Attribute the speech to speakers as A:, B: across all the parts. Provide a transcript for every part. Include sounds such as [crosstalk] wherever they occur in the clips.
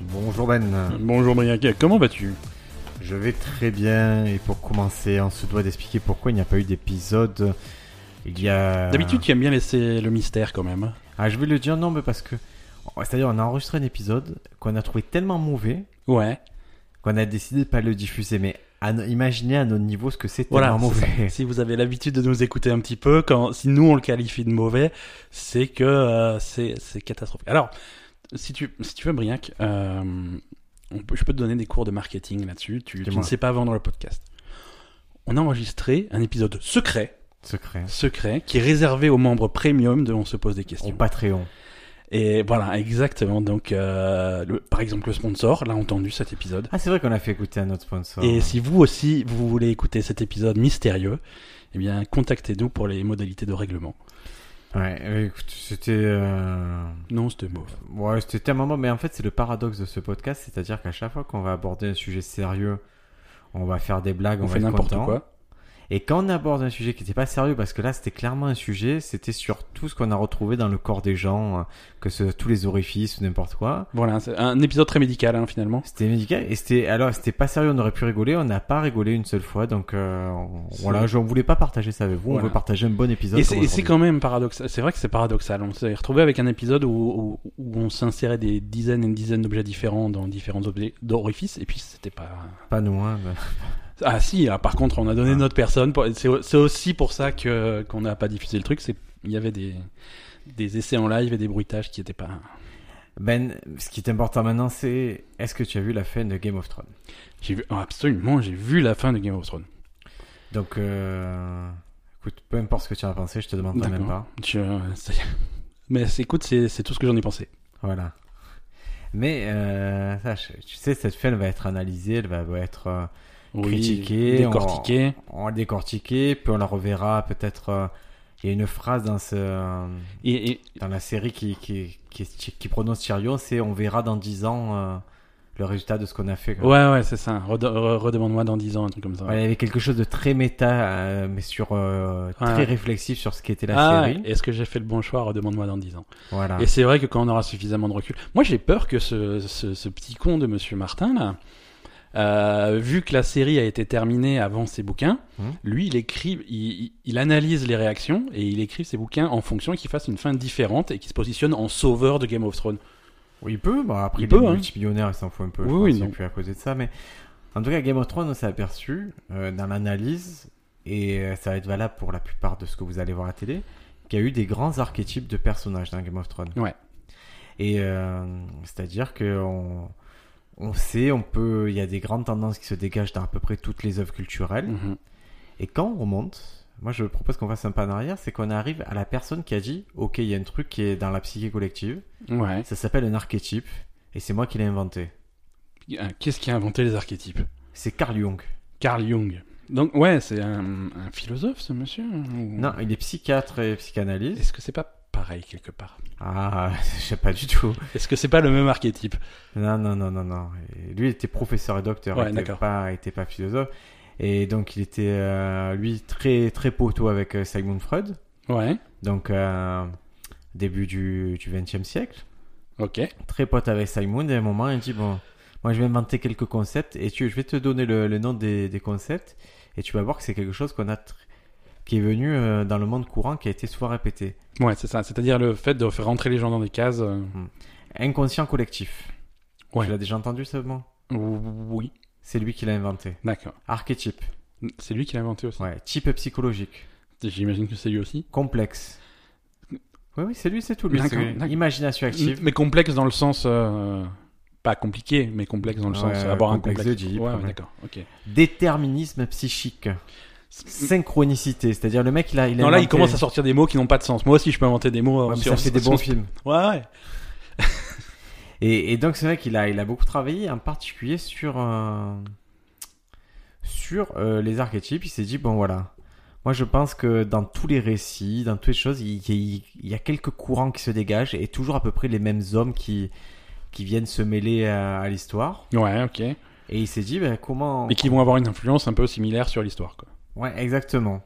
A: Bonjour Ben.
B: Bonjour Briac, comment vas-tu
A: Je vais très bien et pour commencer, on se doit d'expliquer pourquoi il n'y a pas eu d'épisode. Il y a.
B: D'habitude, tu aimes bien laisser le mystère quand même.
A: Ah, je vais le dire non, mais parce que. C'est-à-dire, on a enregistré un épisode qu'on a trouvé tellement mauvais
B: Ouais.
A: qu'on a décidé de pas le diffuser. Mais à no- imaginez à notre niveau ce que c'est
B: Voilà,
A: tellement
B: c'est
A: mauvais. [laughs]
B: Si vous avez l'habitude de nous écouter un petit peu, quand, si nous on le qualifie de mauvais, c'est que euh, c'est c'est catastrophique. Alors, si tu, si tu veux, Briac, euh, on peut- je peux te donner des cours de marketing là-dessus. Tu, tu
A: Dis-moi.
B: ne sais pas vendre le podcast. On a enregistré un épisode secret,
A: Secret.
B: secret, qui est réservé aux membres premium de On se pose des
A: Au
B: questions.
A: Patreon.
B: Et voilà, exactement. Donc, euh, le- par exemple, le sponsor l'a entendu cet épisode.
A: Ah, c'est vrai qu'on a fait écouter un autre sponsor.
B: Et si vous aussi, vous voulez écouter cet épisode mystérieux, eh bien, contactez-nous pour les modalités de règlement.
A: Ouais, euh, écoute, c'était. euh,
B: Non, c'était mauvais.
A: Ouais, c'était tellement bon, mais en fait, c'est le paradoxe de ce podcast, c'est-à-dire qu'à chaque fois qu'on va aborder un sujet sérieux, on va faire des blagues,
B: On,
A: on, va
B: fait
A: être
B: n'importe
A: content.
B: quoi.
A: Et quand on aborde un sujet qui n'était pas sérieux, parce que là, c'était clairement un sujet, c'était sur tout ce qu'on a retrouvé dans le corps des gens, euh, que ce tous les orifices ou n'importe quoi.
B: Voilà, c'est un épisode très médical, hein, finalement.
A: C'était médical et c'était alors c'était pas sérieux, on aurait pu rigoler, on n'a pas rigolé une seule fois, donc euh, on-
B: C'est-
A: voilà, je on voulait pas partager ça avec vous,
B: Voilà.
A: on veut partager un bon épisode.
B: Et c'est
A: comme
B: et c'est
A: aujourd'hui.
B: quand même paradoxal. C'est vrai que c'est paradoxal. On s'est retrouvé avec un épisode où, où, où on s'insérait des dizaines et des dizaines d'objets différents dans différents objets d'orifices, et puis c'était pas.
A: pas nous, hein, bah.
B: Ah si, ah, par contre, on a donné
A: Ah.
B: notre personne. pour- C'est c'est aussi pour ça que qu'on n'a pas diffusé le truc. C'est il y avait des des essais en live et des bruitages qui étaient pas.
A: Ben, ce qui est important maintenant, c'est est-ce que tu as vu la fin de Game of Thrones
B: J'ai vu ah, absolument, j'ai vu la fin de Game of Thrones.
A: Donc, euh, écoute, peu importe ce que tu en as pensé, je te demande
B: D'accord.
A: même pas.
B: Je- c'est- Mais c'est- écoute, c'est c'est tout ce que j'en ai pensé.
A: Voilà. Mais euh, sache, tu sais, cette fin elle va être analysée, elle va va être euh,
B: Oui,
A: Critiquer,
B: décortiquer.
A: on va la décortiquer, puis on la reverra peut-être. euh, Il y a une phrase dans ce euh,
B: Et, et-
A: dans la série qui qui qui, qui, qui prononce Tyrion, c'est on verra dans 10 ans euh, le résultat de ce qu'on a fait. quoi.
B: ouais, ouais, c'est ça. Rede- re- Redemande-moi dans 10 ans, un truc comme ça.
A: Voilà, il y avait quelque chose de très méta, euh, mais sur euh,
B: Ouais.
A: très réflexif sur ce qui était la
B: Ah,
A: série.
B: est-ce que j'ai fait le bon choix Redemande-moi dans 10 ans.
A: Voilà.
B: Et c'est vrai que quand on aura suffisamment de recul. Moi, j'ai peur que ce, ce- ce petit con de Monsieur Martin, là, euh, vu que la série a été terminée avant ses bouquins,
A: Hmm.
B: lui, il écrit, il, il- il analyse les réactions et il écrit ses bouquins en fonction et qu'il fasse une fin différente et qu'il se positionne en sauveur de Game of Thrones.
A: Oui, il peut. Bah, après,
B: Il
A: il,
B: peut,
A: est
B: hein.
A: multimillionnaire, il s'en fout un peu.
B: Oui,
A: je pense,
B: oui,
A: il est
B: non.
A: plus à cause de ça. Mais en tout cas, Game of Thrones, on s'est aperçu euh, dans l'analyse, et euh, ça va être valable pour la plupart de ce que vous allez voir à la télé, qu'il y a eu des grands archétypes de personnages dans Game of Thrones.
B: Ouais.
A: Et euh, c'est-à-dire que on, on sait, on peut, il y a des grandes tendances qui se dégagent dans à peu près toutes les œuvres culturelles.
B: Mhm.
A: Et quand on remonte, moi je propose qu'on fasse un pas en arrière, c'est qu'on arrive à la personne qui a dit, ok, il y a un truc qui est dans la psyché collective.
B: Mmh. Ouais.
A: Ça s'appelle un archétype, et c'est moi qui l'ai inventé.
B: Euh, Qu'est-ce qui a inventé les archétypes
A: C'est Carl Jung.
B: Carl Jung. Donc, ouais, c'est un, un philosophe, ce monsieur ou-
A: Non, il est psychiatre et psychanalyste.
B: Est-ce que c'est pas pareil quelque part
A: Ah, [laughs] je sais pas du tout.
B: Est-ce que c'est pas le même archétype
A: Non, non, non, non, non. Et lui, il était professeur et docteur,
B: Ouais,
A: il était
B: d'accord.
A: pas, il était pas philosophe. Et donc, il était, euh, lui, très, très poteau avec euh, Sigmund Freud.
B: Ouais.
A: Donc, euh, début du, du 20 siècle.
B: Ok.
A: Très pote avec Sigmund, et à un moment, il dit, bon, moi, je vais inventer quelques concepts, et tu, je vais te donner le, le nom des, des concepts, et tu vas voir que c'est quelque chose qu'on a, tr- qui est venu euh, dans le monde courant, qui a été souvent répété.
B: Ouais, c'est ça. C'est-à-dire le fait de faire rentrer les gens dans des cases. euh,
A: Inconscient collectif.
B: Ouais.
A: Tu l'as déjà entendu ce mot
B: Oui.
A: C'est lui qui l'a inventé.
B: D'accord.
A: Archétype.
B: C'est lui qui l'a inventé aussi.
A: Ouais. Type psychologique.
B: J'imagine que c'est lui aussi.
A: Complexe. Oui, oui, c'est lui, c'est tout lui.
B: D'accord,
A: c'est-
B: d'accord. Mm.
A: Imagination active.
B: Mais complexe dans le sens. euh, Pas compliqué, mais complexe dans le
A: Ouais,
B: sens. euh, Avoir un
A: complexe
B: complexe.
A: de Jeep,
B: ouais, ouais,
A: ouais.
B: d'accord. Ok.
A: Déterminisme psychique. Synchronicité. C'est-à-dire le mec, il a. Il a
B: Non, là, il
A: inventé-
B: commence à sortir des mots qui n'ont pas de sens. Moi aussi, je peux inventer des mots. euh,
A: Ouais, mais
B: sur-
A: ça fait des
B: sur-
A: bons films.
B: Ouais, ouais.
A: Et, et donc, c'est vrai qu'il a, il a beaucoup travaillé, en particulier sur, euh, sur euh, les archétypes. Il s'est dit, bon, voilà. Moi, je pense que dans tous les récits, dans toutes les choses, il, il- il y a quelques courants qui se dégagent et toujours à peu près les mêmes hommes qui, qui viennent se mêler à, à l'histoire.
B: Ouais, ok. Et
A: Et il s'est dit, ben, comment.
B: qui vont avoir une influence un peu similaire sur l'histoire, quoi.
A: Ouais, exactement.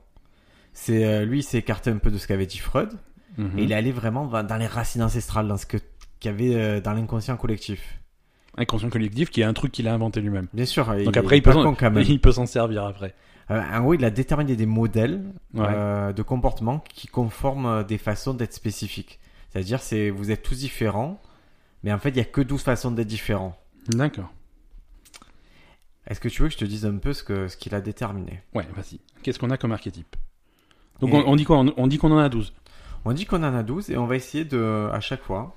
A: C'est euh, lui, il s'est écarté un peu de ce qu'avait dit Freud.
B: Mhm.
A: Et il est allé vraiment va- dans les racines ancestrales, dans ce que- qu'il y avait euh, dans l'inconscient collectif.
B: inconscient collectif qui est un truc qu'il a inventé lui-même.
A: Bien sûr.
B: Donc après, il peut,
A: pas
B: s'en-
A: con, quand même.
B: [laughs] il peut s'en servir après.
A: Euh, en gros, il a déterminé des modèles
B: Ouais.
A: euh, de comportement qui conforment euh, des façons d'être spécifiques. C'est-à-dire, c'est vous êtes tous différents, mais en fait, il y a que 12 façons d'être différents.
B: D'accord.
A: Est-ce que tu veux que je te dise un peu ce que ce qu'il a déterminé
B: Ouais, vas-y. Qu'est-ce qu'on a comme archétype Donc
A: Et-
B: on, on dit quoi on, on dit qu'on en a 12.
A: On dit qu'on en a 12 et on va essayer de, à chaque fois,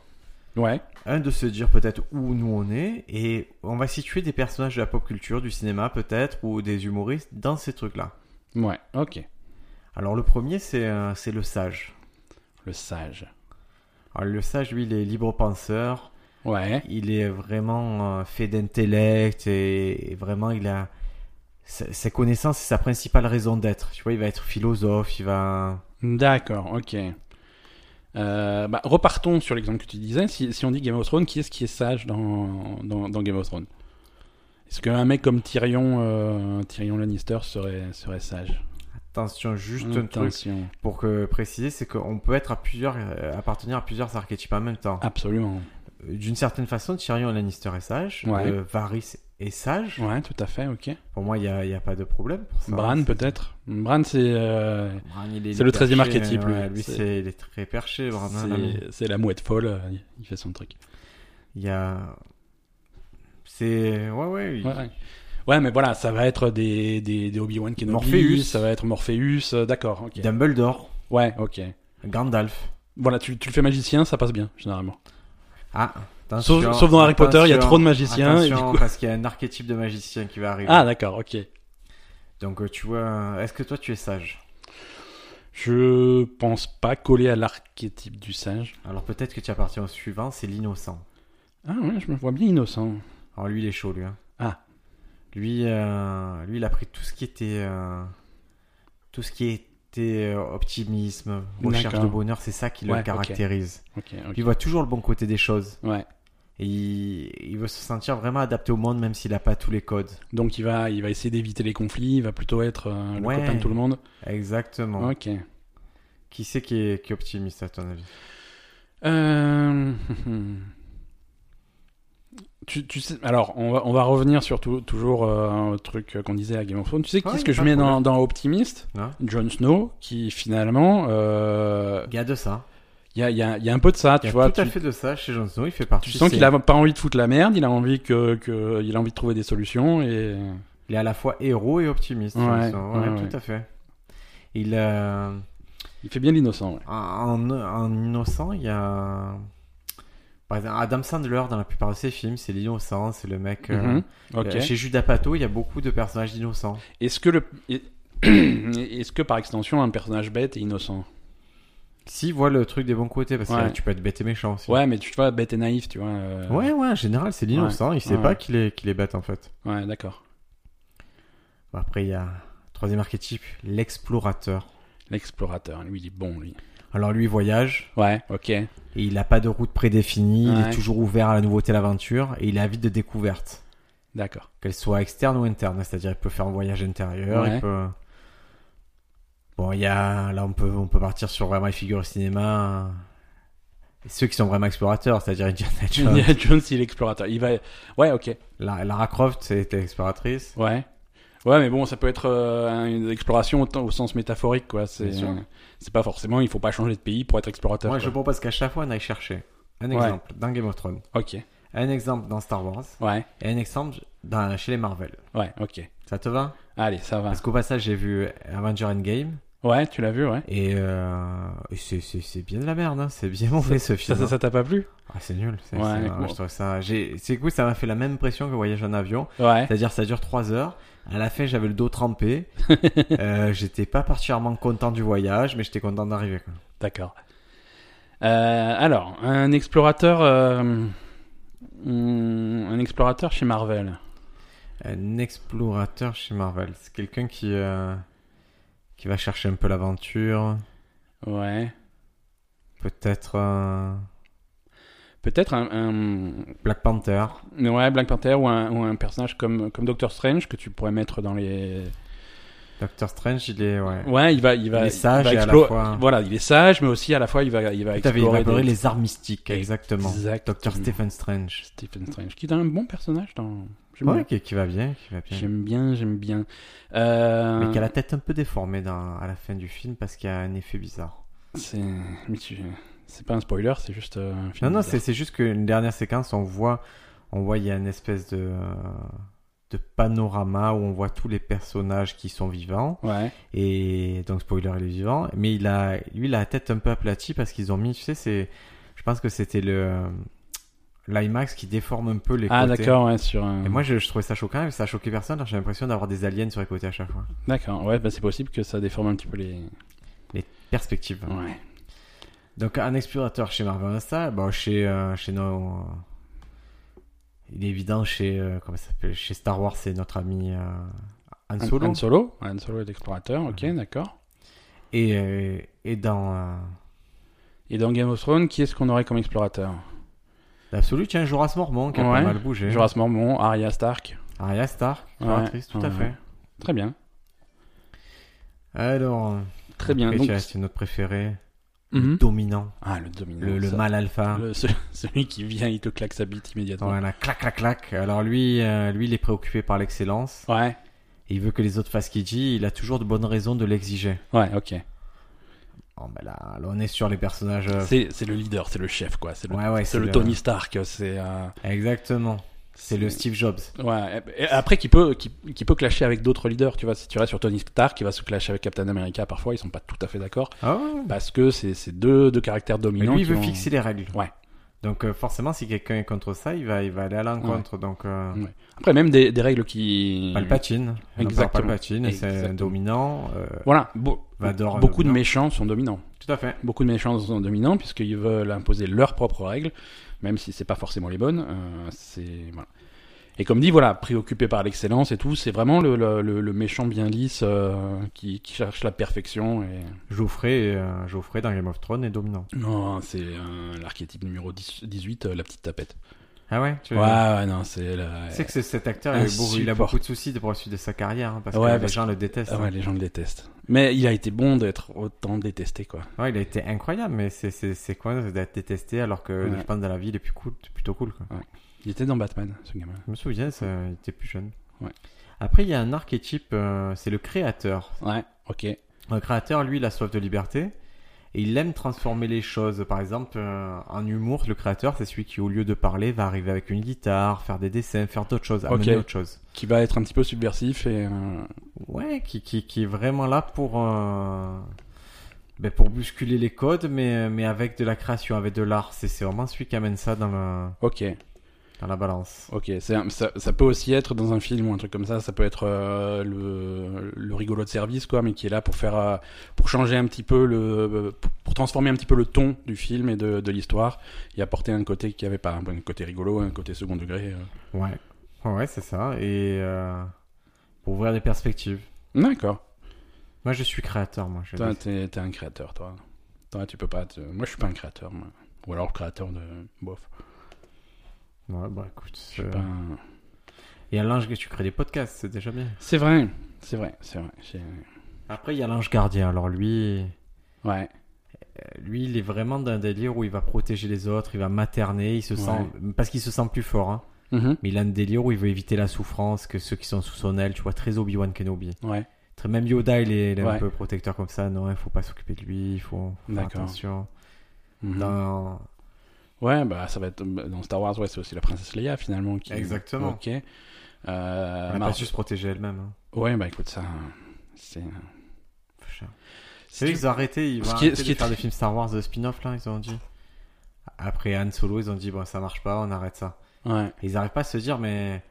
B: Ouais.
A: un de se dire peut-être où nous on est et on va situer des personnages de la pop culture, du cinéma peut-être ou des humoristes dans ces trucs-là.
B: Ouais, ok.
A: Alors le premier c'est euh, c'est le sage.
B: Le sage.
A: Alors, le sage lui il est libre penseur,
B: Ouais.
A: il est vraiment euh, fait d'intellect et, et vraiment il a sa- ses connaissances c'est sa principale raison d'être. Tu vois il va être philosophe, il va
B: D'accord, ok. Euh, bah, repartons sur l'exemple que tu disais. Si, si on dit Game of Thrones, qui est-ce qui est sage dans, dans, dans Game of Thrones Est-ce qu'un mec comme Tyrion, euh, Tyrion Lannister serait, serait sage
A: attention juste un truc
B: Attention.
A: pour que préciser c'est qu'on peut être à plusieurs euh, appartenir à plusieurs archétypes en même temps.
B: Ah. Absolument.
A: D'une certaine façon, Tyrion Lannister est sage,
B: Ouais.
A: euh, Varys est sage.
B: Ouais, tout à fait, ok.
A: Pour moi, il n'y a, il y a pas de problème pour ça.
B: Bran, peut-être Bran, c'est euh,
A: Bran, il est
B: C'est le 13e
A: perché,
B: archétype, lui.
A: ouais, lui,
B: C'est-
A: c'est- il est très perché, Bran. hein,
B: c'est-
A: l'ami.
B: c'est la mouette folle, euh, il fait son truc.
A: Il y a. C'est. Ouais, ouais. il-
B: Ouais, ouais. Ouais, mais voilà, ça va être des, des, des Obi-Wan Kenobi,
A: Morpheus.
B: ça va être Morpheus, euh, d'accord, ok.
A: Dumbledore,
B: Ouais, ok.
A: Gandalf.
B: Voilà, tu, tu le fais magicien, ça passe bien, généralement.
A: Ah, attention,
B: Sauf, sauf dans Harry Potter, il y a
A: attention,
B: trop de magiciens. et du
A: attention,
B: coup-
A: parce qu'il y a un archétype de magicien qui va arriver.
B: Ah, d'accord, ok.
A: Donc, euh, tu vois, euh, est-ce que toi, tu es sage
B: Je pense pas coller à l'archétype du sage.
A: Alors, peut-être que tu appartiens au suivant, c'est l'innocent.
B: Ah ouais, je me vois bien innocent.
A: Alors lui, il est chaud, lui. hein.
B: Ah.
A: Lui, euh, lui, il a pris tout ce qui était, euh, tout ce qui était euh, optimisme, recherche
B: D'accord.
A: de bonheur, c'est ça qui le
B: Ouais, ok.
A: caractérise.
B: Ok,
A: Puis
B: ok.
A: Il voit toujours le bon côté des choses.
B: Ouais.
A: Et il, il veut se sentir vraiment adapté au monde, même s'il n'a pas tous les codes.
B: Donc il va, il va essayer d'éviter les conflits, il va plutôt être euh, le
A: Ouais.
B: copain de tout le monde.
A: Exactement.
B: Ok.
A: Qui c'est qui est, qui est optimiste, à ton avis
B: Euh, [laughs] Tu, tu sais, alors, on va, on va revenir sur tout- toujours euh, un truc qu'on disait à Game of Thrones. Tu sais,
A: Ouais,
B: qu'est-ce
A: y a pas
B: que je
A: de
B: mets dans,
A: problème. Hein
B: dans Optimiste
A: Ouais.
B: Jon Snow, qui finalement, euh,
A: Il y a de ça.
B: il y, a, il y a- il y a un peu de ça,
A: Il y
B: tu
A: a
B: vois.
A: tout à
B: tu-
A: fait de ça chez Jon Snow. Il fait partie.
B: Tu sens
A: c'est-
B: qu'il a pas envie de foutre la merde, il a envie que, que- il a envie de trouver des solutions et
A: Il est à la fois héros et optimiste. Jon
B: Ouais,
A: Snow. Ouais,
B: ouais,
A: tout
B: ouais.
A: à fait. Il. euh,
B: il fait bien l'innocent. ouais.
A: En, en innocent, il y a. Par exemple, Adam Sandler, dans la plupart de ses films, c'est l'innocent, c'est le mec. euh,
B: Mhm.
A: euh,
B: Ok.
A: Chez Judas Pato, il y a beaucoup de personnages innocents.
B: Est-ce que le, [clears throat] est-ce que par extension un personnage bête est innocent
A: Si, voit le truc des bons côtés, parce que
B: Ouais.
A: tu peux être bête et méchant aussi.
B: Ouais, mais tu vois, bête et naïf, tu vois. euh,
A: ouais, ouais, en général, c'est l'innocent, il sait
B: Ouais.
A: pas qu'il est, qu'il est bête en fait.
B: Ouais, d'accord.
A: Bon, après, il y a. Troisième archétype, l'explorateur.
B: L'explorateur, lui, il est bon, lui.
A: Alors lui, il voyage,
B: Ouais, ok.
A: et il n'a pas de route prédéfinie, il
B: Ouais.
A: est toujours ouvert à la nouveauté, à l'aventure, et il est avide de découvertes.
B: D'accord. [laughs]
A: qu'elle soit externe ou interne. C'est-à-dire, il peut faire un voyage intérieur,
B: Ouais.
A: il peut. Bon, il y a. Là, on peut, on peut partir sur vraiment les figures au cinéma. Et ceux qui sont vraiment explorateurs, c'est-à-dire
B: [laughs]
A: Indiana Jones.
B: Indiana Jones, il est explorateur. Il va. Ouais, ok.
A: La- Lara Croft, c'était exploratrice.
B: Ouais. Ouais, mais bon, ça peut être euh, une exploration au, au sens métaphorique, quoi. C'est,
A: Bien sûr.
B: euh, c'est pas forcément, il faut pas changer de pays pour être explorateur.
A: Moi, je
B: quoi.
A: propose qu'à chaque fois, on aille chercher un
B: Ouais.
A: exemple dans Game of Thrones,
B: Ok.
A: un exemple dans Star Wars
B: Ouais,
A: et un exemple dans, chez les Marvel.
B: ouais, ok.
A: Ça te va
B: Allez, ça va.
A: Parce qu'au passage, j'ai vu Avenger Endgame
B: Ouais, tu l'as vu, ouais.
A: et euh, c'est- c'est c'est bien de la merde, hein. c'est bien mauvais ce
B: Ça,
A: film.
B: ça, ça t'a pas plu
A: Ah, c'est nul. C'est,
B: Ouais,
A: c'est-
B: mais
A: ah,
B: bon.
A: je trouve ça. J'ai, c'est cool, ça m'a fait la même impression que voyage en avion.
B: Ouais.
A: C'est-à-dire, ça dure 3 heures. À la fin, j'avais le dos
B: [laughs]
A: trempé. Euh, j'étais pas particulièrement content du voyage, mais j'étais content d'arriver. quoi.
B: D'accord. Euh, alors, un explorateur. euh, hum, un explorateur chez Marvel.
A: Un explorateur chez Marvel. C'est quelqu'un qui, euh, qui va chercher un peu l'aventure.
B: Ouais.
A: Peut-être euh,
B: Peut-être un- un,
A: Black Panther.
B: Ouais, Black Panther ou un, ou un personnage comme, comme Doctor Strange que tu pourrais mettre dans les.
A: Doctor Strange, il est. Ouais.
B: Ouais, il va, il va,
A: Il est sage
B: va
A: et à la
B: explo-
A: fois-
B: Voilà, il est sage, mais aussi à la fois il va, il va
A: Tout à fait, il va
B: explorer. Mm.
A: explorer
B: d'autres-
A: les arts mystiques, exactement.
B: Exact.
A: Docteur Stephen Strange.
B: Stephen Strange, qui est un bon personnage dans. J'aime
A: Ouais,
B: bien.
A: qui, qui va bien, qui va bien.
B: J'aime bien, j'aime bien. Euh,
A: Mais qui a la tête un peu déformée dans- à la fin du film parce qu'il y a un effet bizarre.
B: C'est, mais tu- c'est pas un spoiler, c'est juste euh, un film.
A: Non, non,
B: bizarre.
A: c'est c'est juste qu'une dernière séquence, on voit, on voit, il y a une espèce de, euh, de panorama où on voit tous les personnages qui sont vivants.
B: Ouais.
A: Et donc, spoiler, il est vivant. Mais il a, lui, il a la tête un peu aplatie parce qu'ils ont mis, tu sais, c'est, je pense que c'était le, l'IMAX qui déforme un peu les
B: Ah
A: côtés.
B: d'accord, ouais, sur un.
A: Et moi, je, je trouvais ça choquant, mais ça a choqué personne. alors J'ai l'impression d'avoir des aliens sur les côtés à chaque fois.
B: D'accord, ouais, bah, c'est possible que ça déforme un petit peu les.
A: Perspective.
B: Ouais.
A: Donc, un explorateur chez Marvel Insta, bon, chez, euh, chez nos. euh, Il est évident, chez, euh, comment ça s'appelle chez Star Wars, c'est notre ami euh, Han
B: Han-
A: Solo.
B: Han Solo, Han Solo est l'explorateur, ok, d'accord.
A: Et, euh, et dans euh,
B: Et dans Game of Thrones, qui est-ce qu'on aurait comme explorateur
A: l'absolu, tiens, Joras Mormon qui a
B: Ouais.
A: pas mal bougé.
B: Joras Mormon, Arya Stark.
A: Arya Stark,
B: Ouais,
A: exploratrice, tout à
B: ouais.
A: fait.
B: Très bien,
A: Alors,
B: très bien.
A: après,
B: Donc,
A: tu as- c'est notre préféré,
B: Mhm.
A: dominant,
B: Ah, le dominant.
A: le, le
B: ça.
A: mal alpha.
B: Le- ce- [laughs] celui qui vient, il te claque sa bite immédiatement.
A: Voilà, clac, clac, clac. Alors lui, euh, lui, il est préoccupé par l'excellence.
B: Ouais,
A: Et il veut que les autres fassent ce qu'il dit. Il a toujours de bonnes raisons de l'exiger.
B: ouais, ok.
A: Bon, ben là, là, on est sur les personnages. euh,
B: C'est c'est le leader, c'est le chef, quoi. C'est le,
A: Ouais, ouais,
B: c'est le Tony Stark, c'est. euh,
A: Exactement. C'est le Steve Jobs.
B: Ouais, et- et après qui peut, qui, qui peut clasher avec d'autres leaders, tu vois, si tu restes sur Tony Stark, qui va se clasher avec Captain America parfois, ils sont pas tout à fait d'accord,
A: Ah ouais.
B: parce que c'est c'est deux, deux caractères
A: Mais
B: dominants.
A: lui, il
B: qui
A: veut
B: vont-
A: fixer les règles.
B: Ouais.
A: Donc euh, forcément, si quelqu'un est contre ça, il va, il va aller à l'encontre. Donc euh,
B: Ouais. Mm. Après, même des, des règles qui...
A: Palpatine.
B: Exactement.
A: L'empereur Palpatine, c'est un
B: Exactement.
A: dominant. euh,
B: Voilà, be-
A: Vador, un
B: beaucoup de
A: dominant.
B: méchants sont dominants.
A: Tout à fait.
B: Beaucoup de méchants sont dominants, puisqu'ils veulent imposer leurs propres règles, même si c'est pas forcément les bonnes. euh, c'est... Voilà. Et comme dit, voilà, préoccupé par l'excellence et tout, c'est vraiment le, le, le- le méchant bien lisse euh, qui, qui cherche la perfection et...
A: Geoffrey, euh, Geoffrey dans Game of Thrones est dominant.
B: Non, c'est euh, l'archétype numéro 10 18, euh, la petite tapette.
A: Ah ouais. Tu
B: Ouais, ouais, non, c'est la...
A: Tu sais que c'est- cet acteur, il a, eu beaucoup, il a
B: Insupportable.
A: beaucoup de soucis pour la suite de sa carrière, hein, parce
B: Ouais,
A: que les
B: parce
A: gens le détestent.
B: Ah
A: hein.
B: ouais, les gens le détestent. Mais il a été bon d'être autant détesté, quoi.
A: Ouais, il a été incroyable, mais c'est- c'est c'est quoi d'être détesté alors que
B: Ouais.
A: je pense dans la vie, il est plus cool, plutôt cool. Quoi.
B: Il était dans Batman, ce gamin.
A: Je me souviens, ça, il était plus jeune.
B: Ouais.
A: Après, il y a un archétype, euh, c'est le créateur.
B: Ouais, ok.
A: Un créateur, lui, il a soif de liberté. Et il aime transformer les choses. Par exemple, euh, en humour, le créateur, c'est celui qui, au lieu de parler, va arriver avec une guitare, faire des dessins, faire d'autres choses, amener
B: Ok.
A: autre chose.
B: Qui va être un petit peu subversif et... euh,
A: Ouais, qui, qui, qui est vraiment là pour, euh, ben, pour bousculer les codes, mais, mais avec de la création, avec de l'art. C'est c'est vraiment celui qui amène ça dans la,
B: Ok,
A: dans la balance.
B: ok. C'est un- Ça, ça peut aussi être dans un film ou un truc comme ça. Ça peut être euh, le, le rigolo de service, quoi, mais qui est là pour faire... euh, pour changer un petit peu le... Pour, pour transformer un petit peu le ton du film et de, de l'histoire et apporter un côté qu'il n'y avait pas. Un côté rigolo, un côté second degré. euh.
A: Ouais, ouais, ouais, c'est ça. Et euh, pour ouvrir des perspectives.
B: D'accord.
A: Moi, je suis créateur, moi. Je
B: Toi,
A: dis.
B: t'es t'es un créateur, toi. Toi, tu peux pas. te- Moi, je suis pas un créateur, moi. Ou alors créateur de. Bof.
A: Ouais, bah écoute.
B: Je suis
A: euh,
B: pas un-
A: Il y a l'ange, tu crées des podcasts, c'est déjà bien.
B: C'est vrai, c'est vrai, c'est vrai. j'ai-
A: Après, il y a l'ange gardien. Alors lui,
B: Ouais,
A: euh, lui, il est vraiment d'un délire où il va protéger les autres, il va materner, il se sent. Parce qu'il se sent plus fort, hein.
B: Mhm.
A: Mais il a un délire où il veut éviter la souffrance que ceux qui sont sous son aile, tu vois, très Obi-Wan Kenobi.
B: ouais,
A: Très, même Yoda, il est, il est
B: Ouais.
A: un peu protecteur comme ça. Non, il faut pas s'occuper de lui, il faut faut faire
B: D'accord.
A: attention.
B: Mhm.
A: Non,
B: Ouais, bah ça va être. Dans Star Wars, ouais, c'est aussi la princesse Leia finalement. Qui...
A: Exactement.
B: Ok. Euh,
A: elle a
B: Mar-
A: pas su se protéger elle-même. hein.
B: Ouais, bah écoute, ça. C'est.
A: Faut chier.
B: si
A: C'est vrai
B: tu-
A: qu'ils ont arrêté, ils vont
B: Ce qui est-
A: arrêter
B: ce
A: de
B: qui est
A: faire
B: très-
A: des films Star Wars de spin-off là, ils ont dit. Après Han Solo, ils ont dit bon ça marche pas, on arrête ça.
B: Ouais.
A: Et ils arrivent pas à se dire mais,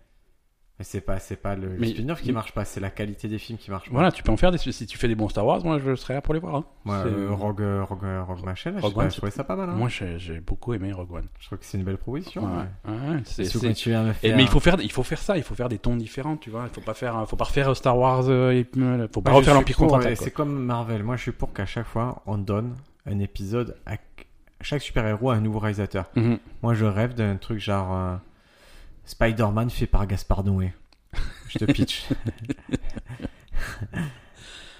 A: mais c'est pas c'est pas le, le
B: Mais-
A: spin-off qui marche pas, c'est la qualité des films qui marche pas.
B: Voilà, tu peux en faire des. Si tu fais des bons Star Wars, moi, je serai là pour les voir. hein.
A: Moi,
B: C'est-
A: euh, Rogue, euh, Rogue, euh, Rogue Machin, là, je,
B: Rogue
A: sais pas,
B: One,
A: je trouvais ça pas mal. hein.
B: Moi, j'ai j'ai beaucoup aimé Rogue One.
A: Je trouve que c'est une belle proposition. ouais.
B: ouais. c'est-
A: Si vous
B: c'est-
A: continuez à me
B: Et-
A: faire-
B: mais il faut faire, il faut faire ça, il faut faire des tons différents, tu vois. Il faut pas faire, faut pas refaire Star Wars, euh, et, euh, faut pas
A: Moi, je
B: refaire
A: suis
B: l'Empire
A: pour,
B: contre
A: ouais, C'est comme Marvel. Moi, je suis pour qu'à chaque fois, on donne un épisode à chaque super-héros à un nouveau réalisateur.
B: Mhm.
A: Moi, je rêve d'un truc genre euh, Spider-Man fait par Gaspard Noé. Je te pitch.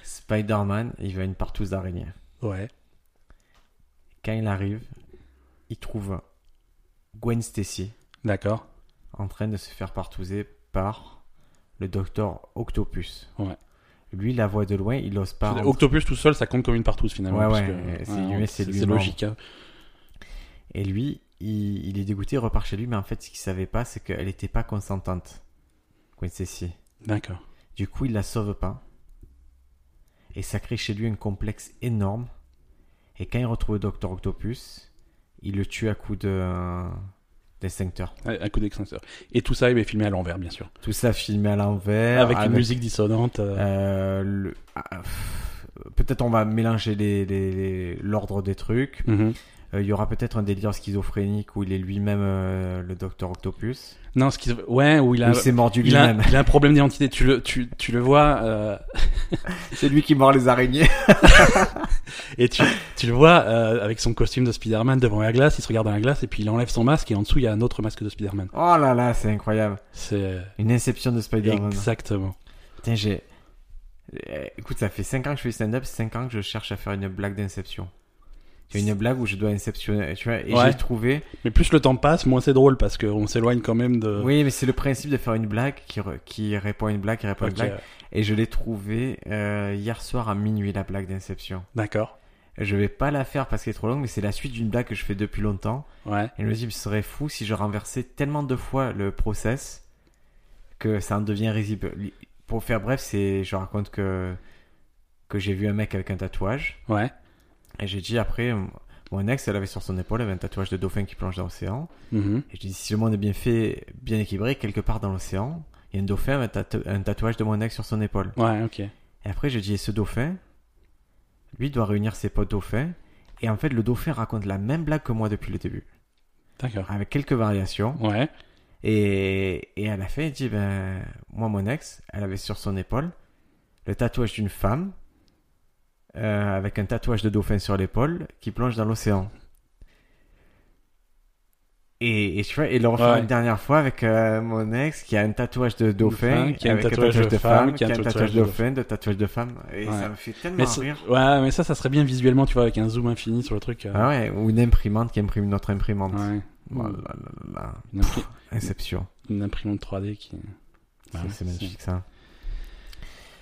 A: Spider-Man, il veut une partouze d'araignée.
B: Ouais.
A: Quand il arrive, il trouve Gwen Stacy
B: D'accord.
A: en train de se faire partouzer par le docteur Octopus.
B: Ouais.
A: Lui, il la voit de loin, il n'ose pas. rentrer.
B: Octopus tout seul, ça compte comme une partouze finalement.
A: Ouais,
B: parce
A: ouais,
B: que-
A: c'est lui, mais c'est lui
B: c'est
A: mort.
B: logique. hein.
A: Et lui, il, il est dégoûté, il repart chez lui, mais en fait, ce qu'il savait pas, c'est qu'elle n'était pas consentante. Gwen Stacy.
B: D'accord.
A: Du coup, il la sauve pas. Et ça crée chez lui un complexe énorme. Et quand il retrouve le docteur Octopus, il le tue à coups de d'extincteur.
B: Un coup d'extincteur. Et tout ça, il est filmé à l'envers, bien sûr.
A: Tout ça filmé à l'envers.
B: avec, une musique dissonante. euh,
A: euh, le- ah, pff, peut-être on va mélanger les- les- les- l'ordre des trucs.
B: mhm.
A: Euh, Il y aura peut-être un délire schizophrénique où il est lui-même euh, le docteur Octopus.
B: Non, ce qui... Ouais, où il
A: Où
B: a...
A: il s'est mordu
B: Il a, [laughs]
A: lui-même.
B: il a un problème d'identité, tu le, tu, tu le vois, euh,
A: C'est lui qui mord les araignées.
B: et tu, tu le vois euh, avec son costume de Spider-Man devant la glace, il se regarde dans la glace et puis il enlève son masque et en dessous il y a un autre masque de Spider-Man.
A: Oh là là, c'est incroyable.
B: C'est euh,
A: Une inception de
B: hein.
A: Spider-Man.
B: exactement.
A: Putain, j'ai. Euh, Écoute, ça fait 5 ans que je fais stand-up, 5 ans que je cherche à faire une blague d'inception. Tu vois, une blague où je dois inceptionner, tu vois, et
B: Ouais.
A: j'ai trouvé.
B: Mais plus le temps passe, moins c'est drôle parce qu'on s'éloigne quand même de.
A: Oui, mais c'est le principe de faire une blague qui, re- qui répond à une blague, qui répond à
B: Ok,
A: une blague. Et je l'ai trouvé euh, hier soir à minuit, la blague d'inception.
B: D'accord.
A: Je vais pas la faire parce qu'elle est trop longue, mais c'est la suite d'une blague que je fais depuis longtemps.
B: Ouais.
A: Et je me dis, ce serait fou si je renversais tellement de fois le process que ça en devient risible. Li- Pour faire bref, c'est, je raconte que, que j'ai vu un mec avec un tatouage.
B: Ouais.
A: Et j'ai dit après, m- mon ex, elle avait sur son épaule elle avait un tatouage de dauphin qui plonge dans l'océan.
B: Mhm.
A: Et je dis, si le monde est bien fait, bien équilibré, quelque part dans l'océan, il y a un dauphin avec un, tatou- un tatouage de mon ex sur son épaule.
B: Ouais, ok.
A: Et après, je dis, et ce dauphin, lui doit réunir ses potes dauphins. Et en fait, le dauphin raconte la même blague que moi depuis le début,
B: D'accord.
A: avec quelques variations.
B: Ouais.
A: Et, et à la fin, il dit, ben, moi, mon ex, elle avait sur son épaule le tatouage d'une femme euh, avec un tatouage de dauphin sur l'épaule qui plonge dans l'océan. Et, et tu vois, et le refaire
B: Ouais.
A: une dernière fois avec euh, mon ex qui a un tatouage de dauphin,
B: Dauphin, qui a un
A: avec
B: tatouage de femme,
A: qui a un tatouage de dauphin, de tatouage de femme. Et
B: Ouais.
A: ça me fait tellement
B: Mais ça-
A: rire.
B: ouais, mais ça, ça serait bien visuellement, tu vois, avec un zoom infini sur le truc. euh,
A: Ah ouais, ou une imprimante qui imprime une autre imprimante.
B: ouais.
A: Oh là là là.
B: Une, impri-
A: Inception.
B: une imprimante 3D qui.
A: C'est-
B: Ouais,
A: c'est magnifique ça.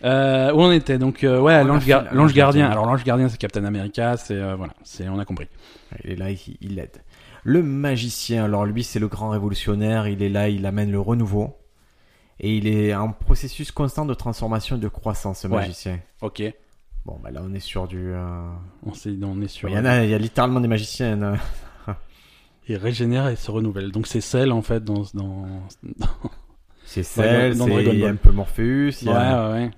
B: Euh, où on était donc euh, ouais
A: On a
B: l'ange
A: fait
B: gar-
A: la-
B: l'ange
A: l'ange gardien.
B: gardien. Alors l'ange gardien c'est Captain America, c'est euh, voilà, c'est on a compris.
A: Il est là, il, il aide. Le magicien, alors lui, c'est le grand révolutionnaire. Il est là, il amène le renouveau. Et il est en processus constant de transformation et de croissance, ce
B: Ouais.
A: magicien.
B: OK.
A: Bon, bah là, on est sur du. euh,
B: On s'est on est sur
A: Il, y en a, il y a littéralement des magiciens. euh.
B: il régénère et se renouvelle. Donc c'est celle en fait dans dans
A: C'est
B: Dans Dra-
A: Cell,
B: dans
A: c'est-
B: Dragon
A: il y a
B: Ball.
A: un peu Morpheus. il y
B: Ouais,
A: a-
B: ouais, ouais.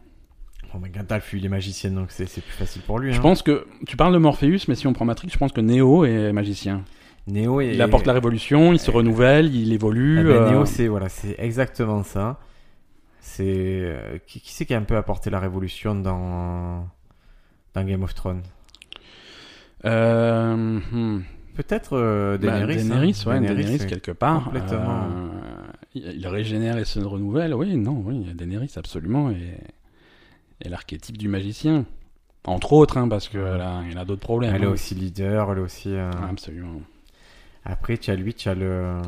A: Bon, mais Gandalf, lui, il est magicien, donc c'est c'est plus facile pour lui.
B: Je
A: hein.
B: pense que tu parles de Morpheus mais si on prend Matrix, je pense que Neo est magicien.
A: Neo est.
B: Il apporte la révolution, il se
A: et-
B: renouvelle, il évolue.
A: Eh ben,
B: euh,
A: Neo, c'est voilà, c'est exactement ça. C'est euh, qui, qui c'est qui a un peu apporté la révolution dans dans Game of Thrones
B: euh, hmm.
A: Peut-être euh,
B: Bah,
A: Daenerys. hein.
B: Daenerys, ouais,
A: Daenerys,
B: Daenerys,
A: c'est-
B: quelque part.
A: complètement.
B: euh, il il régénère et se renouvelle, oui, non, oui, il y a Daenerys, absolument, et, et l'archétype du magicien. Entre autres, hein, parce qu'elle a, elle a d'autres problèmes.
A: Elle est
B: hein.
A: aussi leader, elle est aussi. euh,
B: Ouais, absolument.
A: Après, tu as lui, tu as le,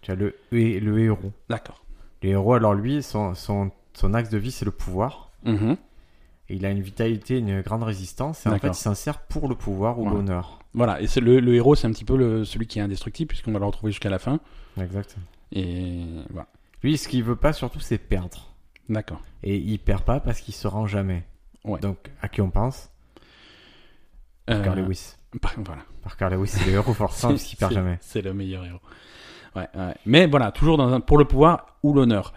A: tu as le hé- le héros.
B: D'accord.
A: Le héros, alors lui, son son son axe de vie, c'est le pouvoir.
B: Mhm.
A: Et Il a une vitalité, une grande résistance. Et en fait,
B: D'accord.
A: il s'en sert pour le pouvoir ou
B: Ouais.
A: l'honneur.
B: Voilà, et c'est le, le héros, c'est un petit peu le, celui qui est indestructible, puisqu'on va le retrouver jusqu'à la fin.
A: Exact.
B: Et voilà,
A: Lui, ce qu'il veut pas surtout, c'est perdre.
B: d'accord.
A: Et il perd pas parce qu'il se rend jamais.
B: Ouais.
A: Donc, à qui on pense
B: Euh,
A: Parker Lewis.
B: par- voilà.
A: Parker Lewis, c'est le héros forçant parce qu'il perd
B: [laughs] C'est-
A: jamais.
B: C'est le meilleur héros. Ouais, ouais. Mais voilà, toujours dans un- pour le pouvoir ou l'honneur.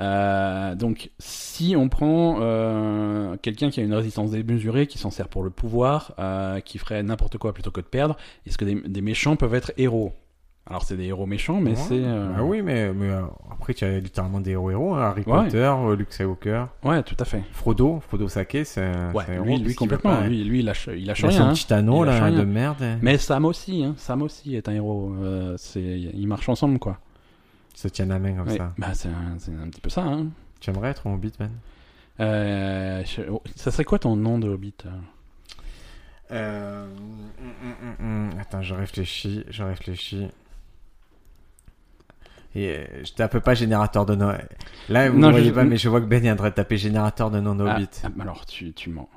B: Euh, donc, si on prend euh, quelqu'un qui a une résistance démesurée, qui s'en sert pour le pouvoir, euh, qui ferait n'importe quoi plutôt que de perdre, est-ce que des, des méchants peuvent être héros Alors, c'est des héros méchants, mais
A: Ouais.
B: c'est. euh,
A: Bah oui, mais, mais euh, après, tu as littéralement des héros-héros. hein. Harry
B: Ouais.
A: Potter, euh, Luke Skywalker,
B: Ouais, tout à fait.
A: Frodo, Frodo Sake, c'est un
B: Ouais,
A: c'est un héros
B: lui, lui
A: parce qu'il
B: complètement.
A: veut pas- hein.
B: Lui, lui, il lâche, il lâche
A: Il a
B: rien.
A: son
B: hein.
A: petit anneau
B: Il lâche
A: là,
B: rien.
A: de merde. hein.
B: Mais Sam aussi, hein. Sam aussi est un héros. Euh, c'est- ils marchent ensemble, quoi.
A: Ils se tiennent la main comme
B: Ouais.
A: ça.
B: Bah, c'est un, c'est un petit peu ça. Hein.
A: Tu aimerais être mon Beatman
B: Euh, je- oh, Ça serait quoi ton nom de Hobbit euh
A: Euh, mm, mm, mm, mm. Attends, je réfléchis, je réfléchis. Et euh, je tape pas générateur de nom. Là, vous
B: Non,
A: ne voyez
B: je-
A: pas, mais je vois que Ben est en train de taper générateur de nom
B: Ah,
A: Hobbit.
B: ah, alors, tu, tu mens.